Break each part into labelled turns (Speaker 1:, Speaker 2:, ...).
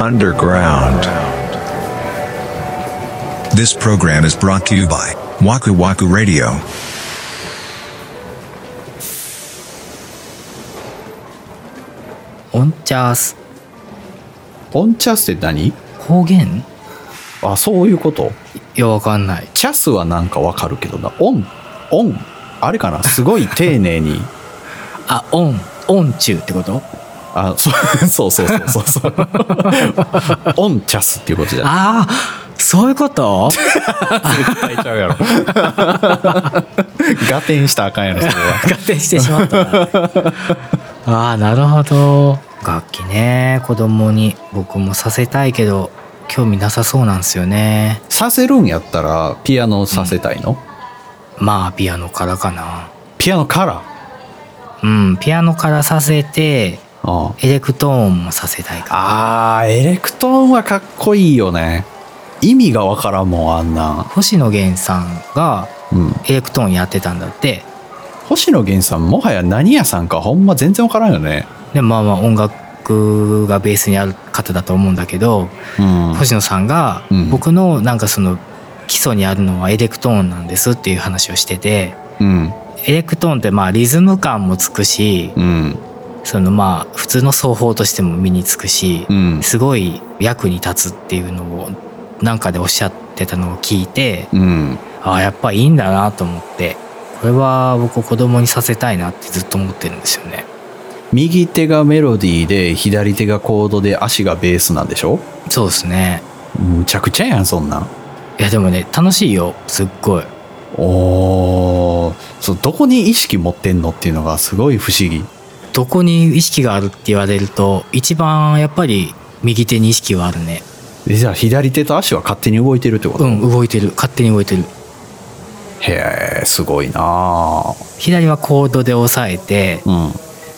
Speaker 1: underground.
Speaker 2: This program is brought to you by Waku Waku Radio.
Speaker 3: オンチャース
Speaker 4: オンチャスって何
Speaker 3: 方言
Speaker 4: あ、そういうこと
Speaker 3: いやわかんない
Speaker 4: チャスはなんかわかるけどな。オン、オン。あれかなすごい丁寧に。
Speaker 3: あオンオンチューってこと
Speaker 4: あ、そそうそうそうそうそう。オンチャスっていうことじゃない。
Speaker 3: ああそういうこと
Speaker 4: ちゃうや ろ。ガテンしたらあかんやろ、それは。
Speaker 3: 合点してしまったな ああなるほど楽器ね子供に僕もさせたいけど興味なさそうなんですよね
Speaker 4: させるんやったら、ピアノさせたいの、
Speaker 3: まあピアノからかな
Speaker 4: ピアノから
Speaker 3: うんピアノからさせて
Speaker 4: あ
Speaker 3: エレクトーンもさせたいか
Speaker 4: あー、エレクトーンはかっこいいよね。意味がわからんもん、あんなん。
Speaker 3: 星野源さんが
Speaker 4: うん。
Speaker 3: エレクトーンやってたんだって
Speaker 4: 星野源さん、もはや何屋さんか、ほんま全然わからんよね。
Speaker 3: でまあまあ音楽がベースにある方だと思うんだけど、
Speaker 4: うん。
Speaker 3: 星野さんが
Speaker 4: うん
Speaker 3: 僕のなんかその基礎にあるのはエレクトーンなんですっていう話をしてて
Speaker 4: うん。
Speaker 3: エレクトーンってまあリズム感もつくし
Speaker 4: うん。
Speaker 3: そのまあ普通の奏法としても身につくし
Speaker 4: うん。
Speaker 3: すごい役に立つっていうのをなんかでおっしゃってたのを聞いて
Speaker 4: うん。
Speaker 3: ああやっぱいいんだなと思ってこれは僕子供にさせたいなってずっと思ってるんですよね。
Speaker 4: 右手がメロディーで、左手がコードで、足がベースなんでしょ
Speaker 3: そうですね
Speaker 4: むちゃくちゃやん、そんなん。
Speaker 3: いやでもね楽しいよすっごい
Speaker 4: おー。そう、どこに意識持ってんのっていうのがすごい不思議。
Speaker 3: どこに意識があるって言われると一番やっぱり右手に意識はあるね
Speaker 4: えじゃあ、左手と足は勝手に動いてるってこと、
Speaker 3: うん動いてる勝手に動いてる
Speaker 4: へえ、すごいな
Speaker 3: 左はコードで押さえて
Speaker 4: うん。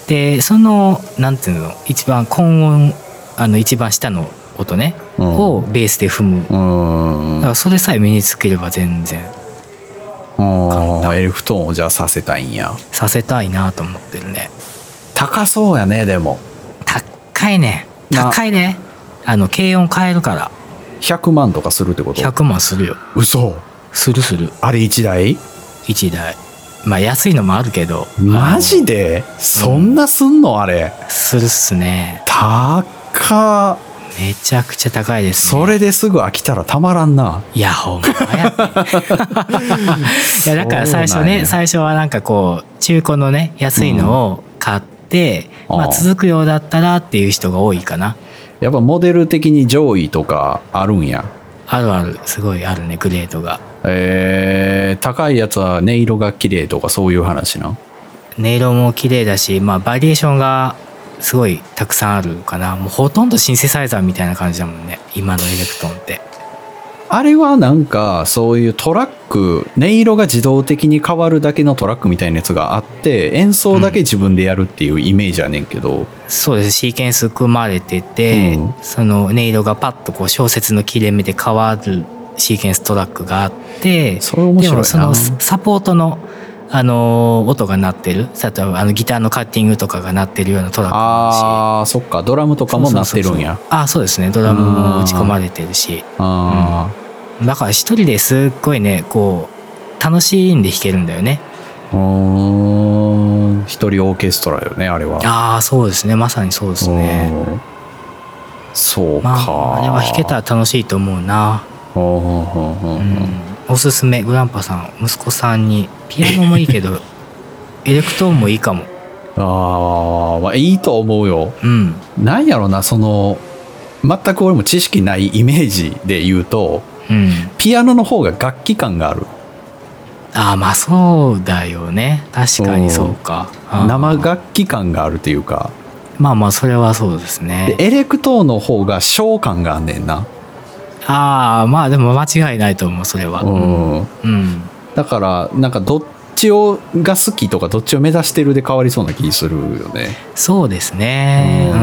Speaker 3: でそのなんていうの一番根音あの一番下の音ね、
Speaker 4: うん
Speaker 3: をベースで踏む
Speaker 4: う
Speaker 3: だ
Speaker 4: ん。
Speaker 3: からそれさえ身につければ全然
Speaker 4: うん。エレクトーンをじゃあさせたいんや。
Speaker 3: させたいなと思ってるね
Speaker 4: 高そうやね、でも。
Speaker 3: 高いね
Speaker 4: な
Speaker 3: 高いねあの軽音変えるから
Speaker 4: 100万とかするってこと
Speaker 3: 100万するよ
Speaker 4: 嘘
Speaker 3: するする
Speaker 4: あれ1台
Speaker 3: 1台まあ安いのもあるけど
Speaker 4: マジでそんなすんのあれ。
Speaker 3: するっすね
Speaker 4: 高っ
Speaker 3: めちゃくちゃ高いです、ね、
Speaker 4: それですぐ飽きたらたまらんな。
Speaker 3: いやほんまやねい やだから最初
Speaker 4: そうなん
Speaker 3: ね
Speaker 4: や
Speaker 3: 最初はなんかこう中古のね安いのを買って、
Speaker 4: うん
Speaker 3: ま
Speaker 4: あ
Speaker 3: あ
Speaker 4: あ
Speaker 3: 続くようだったらっていう人が多いかな
Speaker 4: やっぱモデル的に上位とかあるんや。
Speaker 3: あるあるすごいあるねグレードが
Speaker 4: えー、高いやつは音色が綺麗とかそういう話な。
Speaker 3: 音色も綺麗だしまあバリエーションがすごいたくさんあるかなもうほとんどシンセサイザーみたいな感じだもんね今のエレクトーンって
Speaker 4: あれはなんかそういうトラック、音色が自動的に変わるだけのトラックみたいなやつがあって、演奏だけ自分でやるっていうイメージやねんけど、
Speaker 3: そうですシーケンス組まれてて、
Speaker 4: うん
Speaker 3: その音色がパッとこう小節の切れ目で変わるシーケンストラックがあって
Speaker 4: それ面白いな
Speaker 3: でもそのササポートの、あのー音が鳴ってる例えばあのギターのカッティングとかが鳴ってるようなトラックもあるし
Speaker 4: あー、そっか、ドラムと
Speaker 3: と
Speaker 4: かもなってるんや。
Speaker 3: あそうですねドラムも打ち込まれてるし
Speaker 4: あ
Speaker 3: だから一人ですっごいねこう楽しんで弾けるんだよね
Speaker 4: ーうーん、一人オーケストラよね、あれは。
Speaker 3: ああそうですねまさにそうですね
Speaker 4: うんそうか、
Speaker 3: まああれは弾けたら楽しいと思うな
Speaker 4: ほうほうほうほう
Speaker 3: おすすめグランパさん息子さんにピアノもいいけ どエレクトーンもいいかも
Speaker 4: あー、まあいいと思うよ
Speaker 3: うん
Speaker 4: なんやろなその全く俺も知識ないイメージで言うと
Speaker 3: うん
Speaker 4: ピアノの方が楽器感がある
Speaker 3: ああまあそうだよね確かにそうかうん
Speaker 4: 生楽器感があるというか
Speaker 3: まあまあそれはそうです
Speaker 4: で
Speaker 3: ね
Speaker 4: エレクトーンの方が小感があんねんな
Speaker 3: ああまあでも間違いないと思うそれは
Speaker 4: うん、
Speaker 3: うん
Speaker 4: だからなんかどっちをが好きとかどっちを目指してるで変わりそうな気するよね
Speaker 3: そうですね
Speaker 4: う
Speaker 3: う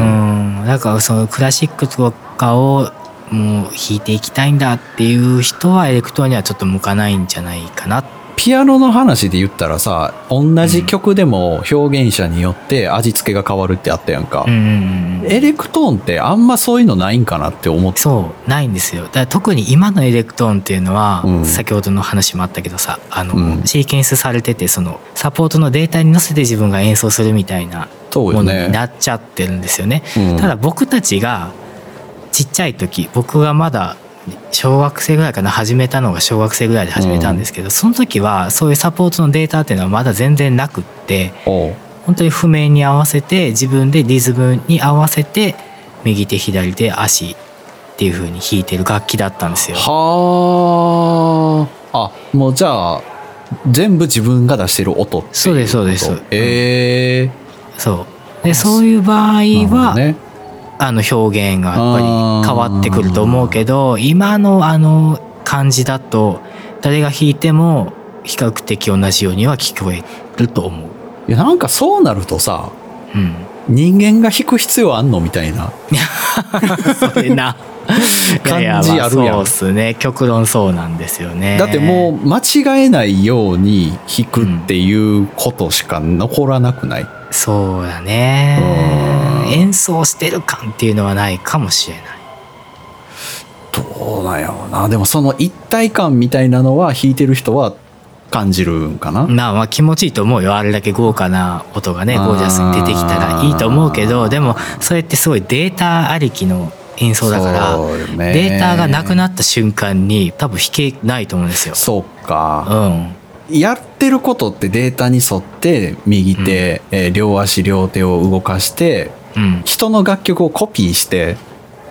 Speaker 3: ん、だからそのクラシックとかをもう弾いていきたいんだっていう人はエレクトーンにはちょっと向かないんじゃないかなっ
Speaker 4: ピアノの話で言ったらさ同じ曲でも表現者によって味付けが変わるってあったやんか、
Speaker 3: うんうんうん
Speaker 4: エレクトーンってあんまそういうのないんかなって思って
Speaker 3: そうないんですよだから特に今のエレクトーンっていうのは、
Speaker 4: うん
Speaker 3: 先ほどの話もあったけどさあの、
Speaker 4: うん
Speaker 3: シーケンスされててそのサポートのデータに載せて自分が演奏するみたいな
Speaker 4: そう
Speaker 3: も
Speaker 4: よ
Speaker 3: のに
Speaker 4: ね
Speaker 3: なっちゃってるんですよね。
Speaker 4: うん
Speaker 3: ただ僕たちがちっちゃい時僕がまだ小学生ぐらいかな始めたのが小学生ぐらいで始めたんですけど、その時はそういうサポートのデータっていうのはまだ全然なくって
Speaker 4: おう
Speaker 3: 本当に譜面に合わせて自分でリズムに合わせて右手左手足っていう風に弾いてる楽器だったんですよ。
Speaker 4: はああもうじゃあ全部自分が出してる音っていう
Speaker 3: そうですそうです
Speaker 4: ことええ
Speaker 3: そうでそういう場合は、
Speaker 4: ね、
Speaker 3: あの表現がやっぱり変わってくると思うけど今のあの感じだと誰が弾いても比較的同じようには聞こえると思う。
Speaker 4: いやなんかそうなるとさ
Speaker 3: うん、
Speaker 4: 人間が弾く必要あんのみたいな
Speaker 3: それな
Speaker 4: 感じ
Speaker 3: いやいま
Speaker 4: あるやん
Speaker 3: そうっすね極論そうなんですよね。
Speaker 4: だってもう間違えないように弾くっていうことしか残らなくない、
Speaker 3: そうだね
Speaker 4: うん
Speaker 3: 演奏してる感っていうのはないかもしれない。
Speaker 4: どうなんやろうなでもその一体感みたいなのは弾いてる人は感じるんかな、
Speaker 3: まあまあ気持ちいいと思うよあれだけ豪華な音がねゴージャスに出てきたらいいと思うけどでもそれってすごいデータありきの演奏だから、
Speaker 4: そうよね
Speaker 3: データがなくなった瞬間に多分弾けないと思うんですよ。
Speaker 4: そう
Speaker 3: う
Speaker 4: か、
Speaker 3: ん、
Speaker 4: やってることってデータに沿って右手、えー両足両手を動かして
Speaker 3: うん、
Speaker 4: 人の楽曲をコピーして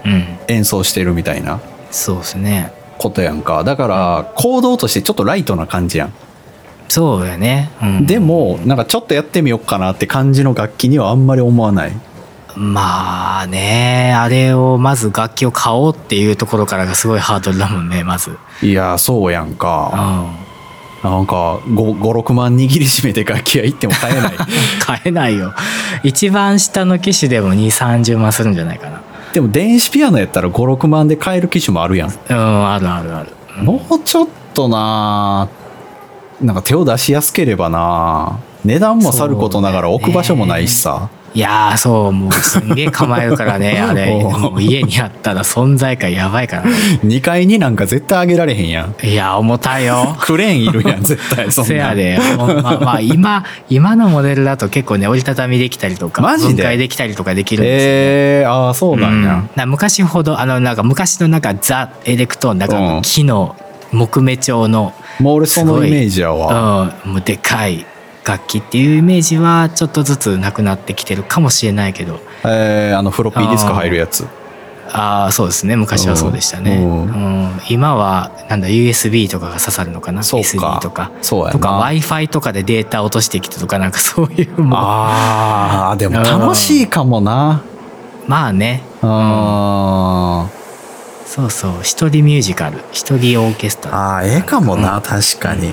Speaker 3: うん、
Speaker 4: 演奏してるみたいな
Speaker 3: そうですね。
Speaker 4: ことやんかだから行動としてちょっとライトな感じやん
Speaker 3: そうやね。うん、
Speaker 4: でもなんかちょっとやってみようかなって感じの楽器にはあんまり思わない
Speaker 3: まあねあれをまず楽器を買おうっていうところからがすごいハードルだもんねまず。
Speaker 4: いやそうやん
Speaker 3: う
Speaker 4: か
Speaker 3: ん、
Speaker 4: なんか56万握りしめて楽器屋行っても買え ない
Speaker 3: 買えないよ。一番下の機種でも2 3 0万するんじゃないかな。
Speaker 4: でも電子ピアノやったら56万で買える機種もあるやん
Speaker 3: うんあるあるある。
Speaker 4: もうちょっとななんか手を出しやすければな値段もさることながら置く場所もないしさ、
Speaker 3: いやーそうもうすんげえ構えるか らねあれ
Speaker 4: おう
Speaker 3: もう家にあったら存在感やばいからね
Speaker 4: 2階になんか絶対あげられへんやん
Speaker 3: いや重たいよ
Speaker 4: クレーンいるやん絶対そんなん
Speaker 3: せやでほんままあ今今のモデルだと結構ね折りたたみできたりとか
Speaker 4: マジで
Speaker 3: 分解できたりとかできるんですよ
Speaker 4: えー、ああそうなんや、
Speaker 3: うんな昔ほどあのなんか昔のなんかザ・エレクトーンだか
Speaker 4: う
Speaker 3: ら
Speaker 4: ん
Speaker 3: 木の木目調の、
Speaker 4: もう俺そ
Speaker 3: すご
Speaker 4: の
Speaker 3: い
Speaker 4: イメージや
Speaker 3: うん、
Speaker 4: わ
Speaker 3: もうでかい楽器っていうイメージはちょっとずつなくなってきてるかもしれないけど
Speaker 4: えー、あのフロッピーディスク入るやつ
Speaker 3: ああそうですね昔はそうでしたね、う
Speaker 4: うんん
Speaker 3: 今はなんだ USB とかが刺さるのかな
Speaker 4: そう
Speaker 3: SD
Speaker 4: か
Speaker 3: とか
Speaker 4: そうやな
Speaker 3: とか w i f i とかでデータ落としてきてとかなんかそういうも
Speaker 4: あーでも楽しいかもな
Speaker 3: まあね
Speaker 4: あー
Speaker 3: そうそう一人ミュージカル一人オーケストラ
Speaker 4: あーええかもな確かに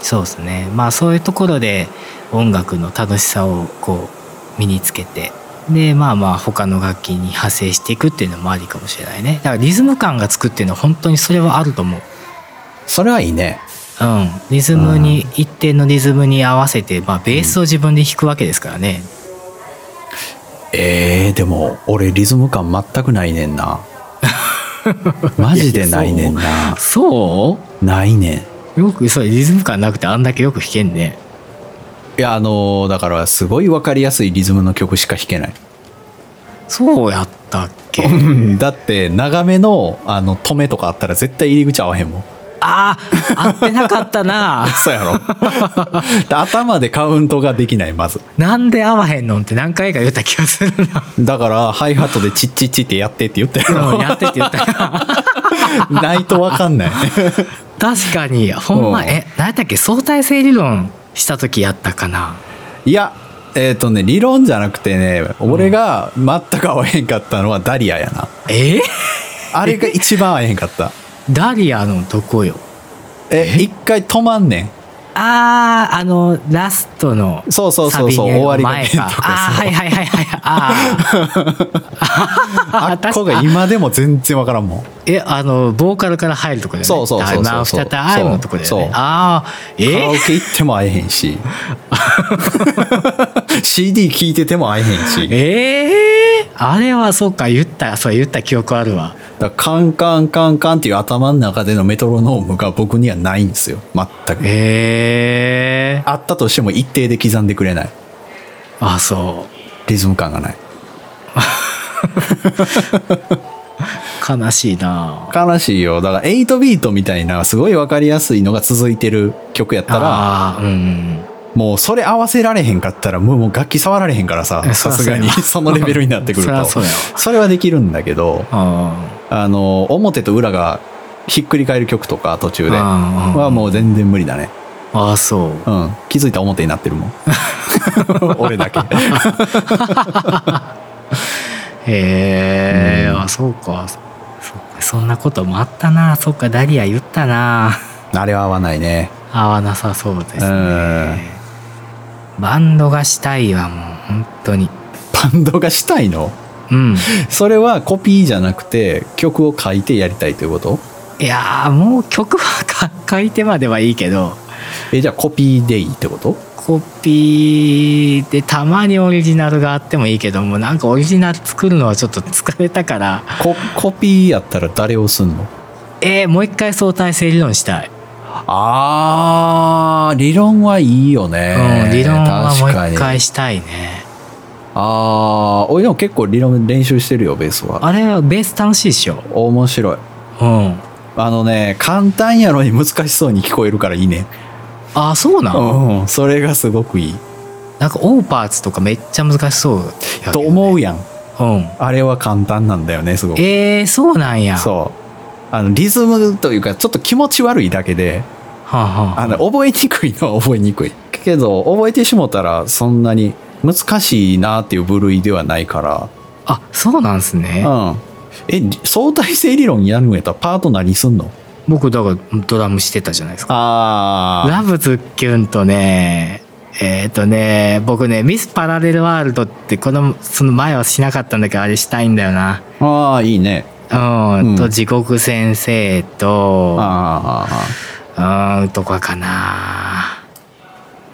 Speaker 3: そうですねまあそういうところで音楽の楽しさをこう身につけてでまあまあ他の楽器に派生していくっていうのもありかもしれないねだからリズム感がつくっていうのは本当にそれはあると思う
Speaker 4: それはいいね
Speaker 3: うん、リズムに、一定のリズムに合わせて、まあ、ベースを自分で弾くわけですからね、
Speaker 4: えー、でも俺リズム感全くないねん なマジでないねんな
Speaker 3: そ
Speaker 4: ないねん
Speaker 3: うよくそれリズム感なくてあんだけよく弾けんね
Speaker 4: いやあのーだからすごい分かりやすいリズムの曲しか弾けない
Speaker 3: そうやったっけ
Speaker 4: だって長めのあの止めとかあったら絶対入り口合わへんもん
Speaker 3: ああ合ってなかったな
Speaker 4: そうや ろで頭でカウントができないまず
Speaker 3: なんで合わへんのんって何回か言った気がする
Speaker 4: だからハイハットでチッチッチってやってって言ったや
Speaker 3: なうん
Speaker 4: ろ
Speaker 3: やってって言ったら
Speaker 4: ないと分かんない
Speaker 3: 確かにほん
Speaker 4: う
Speaker 3: ま
Speaker 4: ん
Speaker 3: え何やったっけ相対性理論した時やったかない
Speaker 4: やえっ、とね理論じゃなくてね俺が全く合わへんかったのはダリアやな
Speaker 3: え
Speaker 4: あれが 一番合わへんかった
Speaker 3: ダリアのどこよ
Speaker 4: え一回止まんねん
Speaker 3: あああのラストの
Speaker 4: そうそう
Speaker 3: サ
Speaker 4: そう
Speaker 3: ビ
Speaker 4: そう、
Speaker 3: ね
Speaker 4: 終わりが
Speaker 3: 前
Speaker 4: けと
Speaker 3: か
Speaker 4: か
Speaker 3: ああーはいはいはいはいあ
Speaker 4: そう あ
Speaker 3: ああ
Speaker 4: っこが今でも全然わからんもん
Speaker 3: えあのボーカルから入るとこだよね
Speaker 4: そうそうそうそう
Speaker 3: ナウフタタイムのとこだよ
Speaker 4: そう
Speaker 3: ねあ
Speaker 4: カ
Speaker 3: あ
Speaker 4: ラオ
Speaker 3: え
Speaker 4: ケ行っても会えへん し CD 聴いてても会えへんし
Speaker 3: ええあれはそうか言ったそう言った記憶あるわ
Speaker 4: だからカンカンカンカンっていう頭の中でのメトロノームが僕にはないんですよ全く
Speaker 3: ええ
Speaker 4: あったとしても一定で刻んでくれない
Speaker 3: あそ
Speaker 4: リズム感がないう
Speaker 3: 悲しいな
Speaker 4: 悲しいよだから8ビートみたいなすごい分かりやすいのが続いてる曲やったら
Speaker 3: ああうん
Speaker 4: もうそれ合わせられへんかったらもうもう楽器触られへんからさ
Speaker 3: え
Speaker 4: さ
Speaker 3: そら
Speaker 4: すがに
Speaker 3: そうや
Speaker 4: そのレベルになってくる
Speaker 3: そ
Speaker 4: と
Speaker 3: らそうやわ
Speaker 4: それはできるんだけど
Speaker 3: あ
Speaker 4: あの表と裏がひっくり返る曲とか途中
Speaker 3: ー
Speaker 4: で
Speaker 3: あー
Speaker 4: はもう全然無理だね
Speaker 3: ああそう
Speaker 4: うん気づいたら表になってるもん 俺だけ
Speaker 3: へえ、
Speaker 4: うん
Speaker 3: あそうかそうかそんなこともあったなそうかダリア言ったな
Speaker 4: あれは合わないね
Speaker 3: 合わなさそうです
Speaker 4: う
Speaker 3: ね
Speaker 4: ん
Speaker 3: バンドがしたいわもう本当に
Speaker 4: バンドがしたいの
Speaker 3: うん
Speaker 4: それはコピーじゃなくて曲を書いてやりたいということ
Speaker 3: いやーもう曲はか書いてまではいいけど
Speaker 4: えじゃあコピーでいいってこと
Speaker 3: コピーでたまにオリジナルがあってもいいけどもなんかオリジナル作るのはちょっと疲れたから
Speaker 4: ココピーやったら誰をすんの
Speaker 3: えー、もう一回相対性理論したい
Speaker 4: あー理論はいいよね
Speaker 3: うん、理論はもう
Speaker 4: 確か
Speaker 3: 一
Speaker 4: に
Speaker 3: 回したいね
Speaker 4: あー俺でも結構理論練習してるよベースは
Speaker 3: あれはベース楽しいでしょ
Speaker 4: 面白い
Speaker 3: うん
Speaker 4: あのね簡単やのに難しそうに聞こえるからいいね
Speaker 3: あそうな
Speaker 4: う
Speaker 3: の、
Speaker 4: ん、それがすごくいい
Speaker 3: なんかオーパーツとかめっちゃ難しそうやけど
Speaker 4: と思うやん
Speaker 3: うん
Speaker 4: あれは簡単なんだよねすごく
Speaker 3: えー、そうなんやう
Speaker 4: そうあのリズムというかちょっと気持ち悪いだけで
Speaker 3: はあ、はあ、
Speaker 4: あの覚えにくいのは覚えにくいけど覚えてしもたらそんなに難しいなっていう部類ではないから
Speaker 3: あそうなんすね
Speaker 4: うん。え、相対性理論やるんやったらパートナーにすんの
Speaker 3: 僕だからドラムしてたじゃないですか
Speaker 4: あ
Speaker 3: ラブズキュンとねえっ、とね僕ねミスパラレルワールドってこのその前はしなかったんだけどあれしたいんだよな
Speaker 4: あ。ああ、いいね。
Speaker 3: うん、
Speaker 4: うん
Speaker 3: と地獄先生と
Speaker 4: ああ。
Speaker 3: うーんとかかな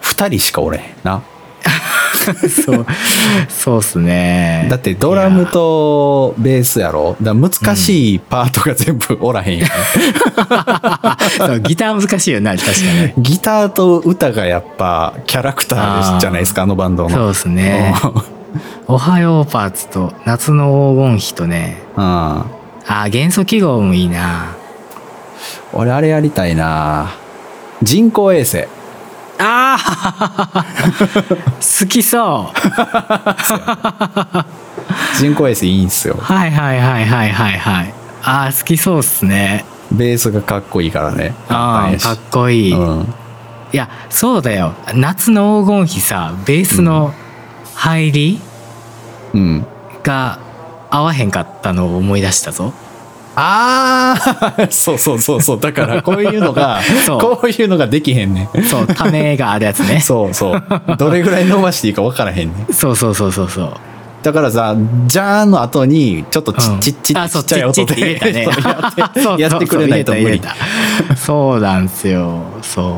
Speaker 4: 二人しかおれへんな。
Speaker 3: そう そうっすね
Speaker 4: だってドラムとベースやろだから難しいパートが全部おらへんやん。
Speaker 3: そうギター難しいよな確かに
Speaker 4: ギターと歌がやっぱキャラクターじゃないですか、あのバンドの。
Speaker 3: そう
Speaker 4: う
Speaker 3: ですね「おはようパーツ」と「夏の黄金比」とね
Speaker 4: ん。
Speaker 3: あー元素記号もいいな
Speaker 4: 俺あれやりたいな人工衛星。
Speaker 3: あー好きそう
Speaker 4: 人工衛星いいんすよ。
Speaker 3: はいはいはいはいはいはいあー好きそうっすね
Speaker 4: ベースがかっこいいからね。
Speaker 3: あ
Speaker 4: 簡単
Speaker 3: ー
Speaker 4: やし
Speaker 3: かっこいい、い
Speaker 4: うん。
Speaker 3: やそうだよ夏の黄金比さベースの入り
Speaker 4: うん。
Speaker 3: が合わへんかったのを思い出したぞ
Speaker 4: ああ そうそうそうそうだからこういうのが
Speaker 3: そう
Speaker 4: こういうのができへんね
Speaker 3: そうためがあるやつね
Speaker 4: ん そうそうどれぐらい伸ばしていいか分からへんねん
Speaker 3: そうそうそうそうそう
Speaker 4: だからさじゃーんの後にちょっとち
Speaker 3: う
Speaker 4: っ
Speaker 3: ん
Speaker 4: ちっちっ
Speaker 3: あ
Speaker 4: ち
Speaker 3: そ
Speaker 4: っ
Speaker 3: う
Speaker 4: ちゃい音で
Speaker 3: ちっちって入れ たね
Speaker 4: そうやってやってくれないと無理
Speaker 3: そうそうそう入れたそうなんですよそ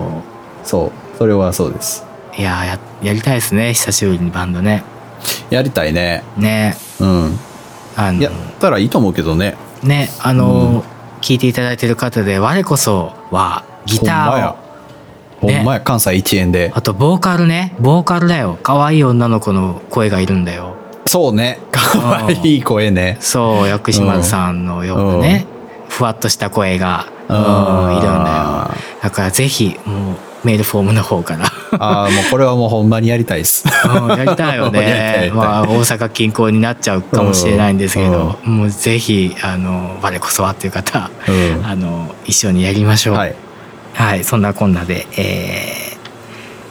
Speaker 4: そうそれはそうです
Speaker 3: ういやーややりたいですね久しぶりにバンドね
Speaker 4: やりたいね
Speaker 3: ね
Speaker 4: うん
Speaker 3: あの
Speaker 4: やったらいいと思うけどね
Speaker 3: ねあのー、聞いていただいてる方で我こそはギタ
Speaker 4: ほんま
Speaker 3: ー
Speaker 4: や
Speaker 3: を
Speaker 4: ほんまや関西1円で
Speaker 3: あとボーカルねボーカルだよ可愛い女の子の声がいるんだよ
Speaker 4: そうね かわいい声ね
Speaker 3: そう薬師丸さんのようなね、ふわっとした声が、うん、いるんだ
Speaker 4: あ
Speaker 3: よだからぜひもうメールフォームの 方から
Speaker 4: ーあーもうこれはもうほんまにやりたいっ す
Speaker 3: うんやりたいよ
Speaker 4: やりたいやり
Speaker 3: ね
Speaker 4: たい
Speaker 3: まあ大阪近郊になっちゃうかもしれないんですけど、もうぜひあの我こそはっていう方、
Speaker 4: うん
Speaker 3: あの一緒にやりましょう
Speaker 4: はい
Speaker 3: はいそんなこんなで、えー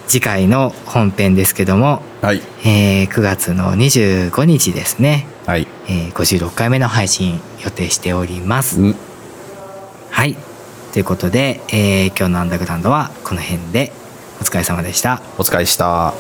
Speaker 3: 次回の本編ですけども、
Speaker 4: はい
Speaker 3: えー9月の25日ですね、
Speaker 4: はい
Speaker 3: えー56回目の配信予定しております、
Speaker 4: うん
Speaker 3: はいということで、えー今日の「アンダーグラウンド」はこの辺でお疲れ様でした。
Speaker 4: お疲れした。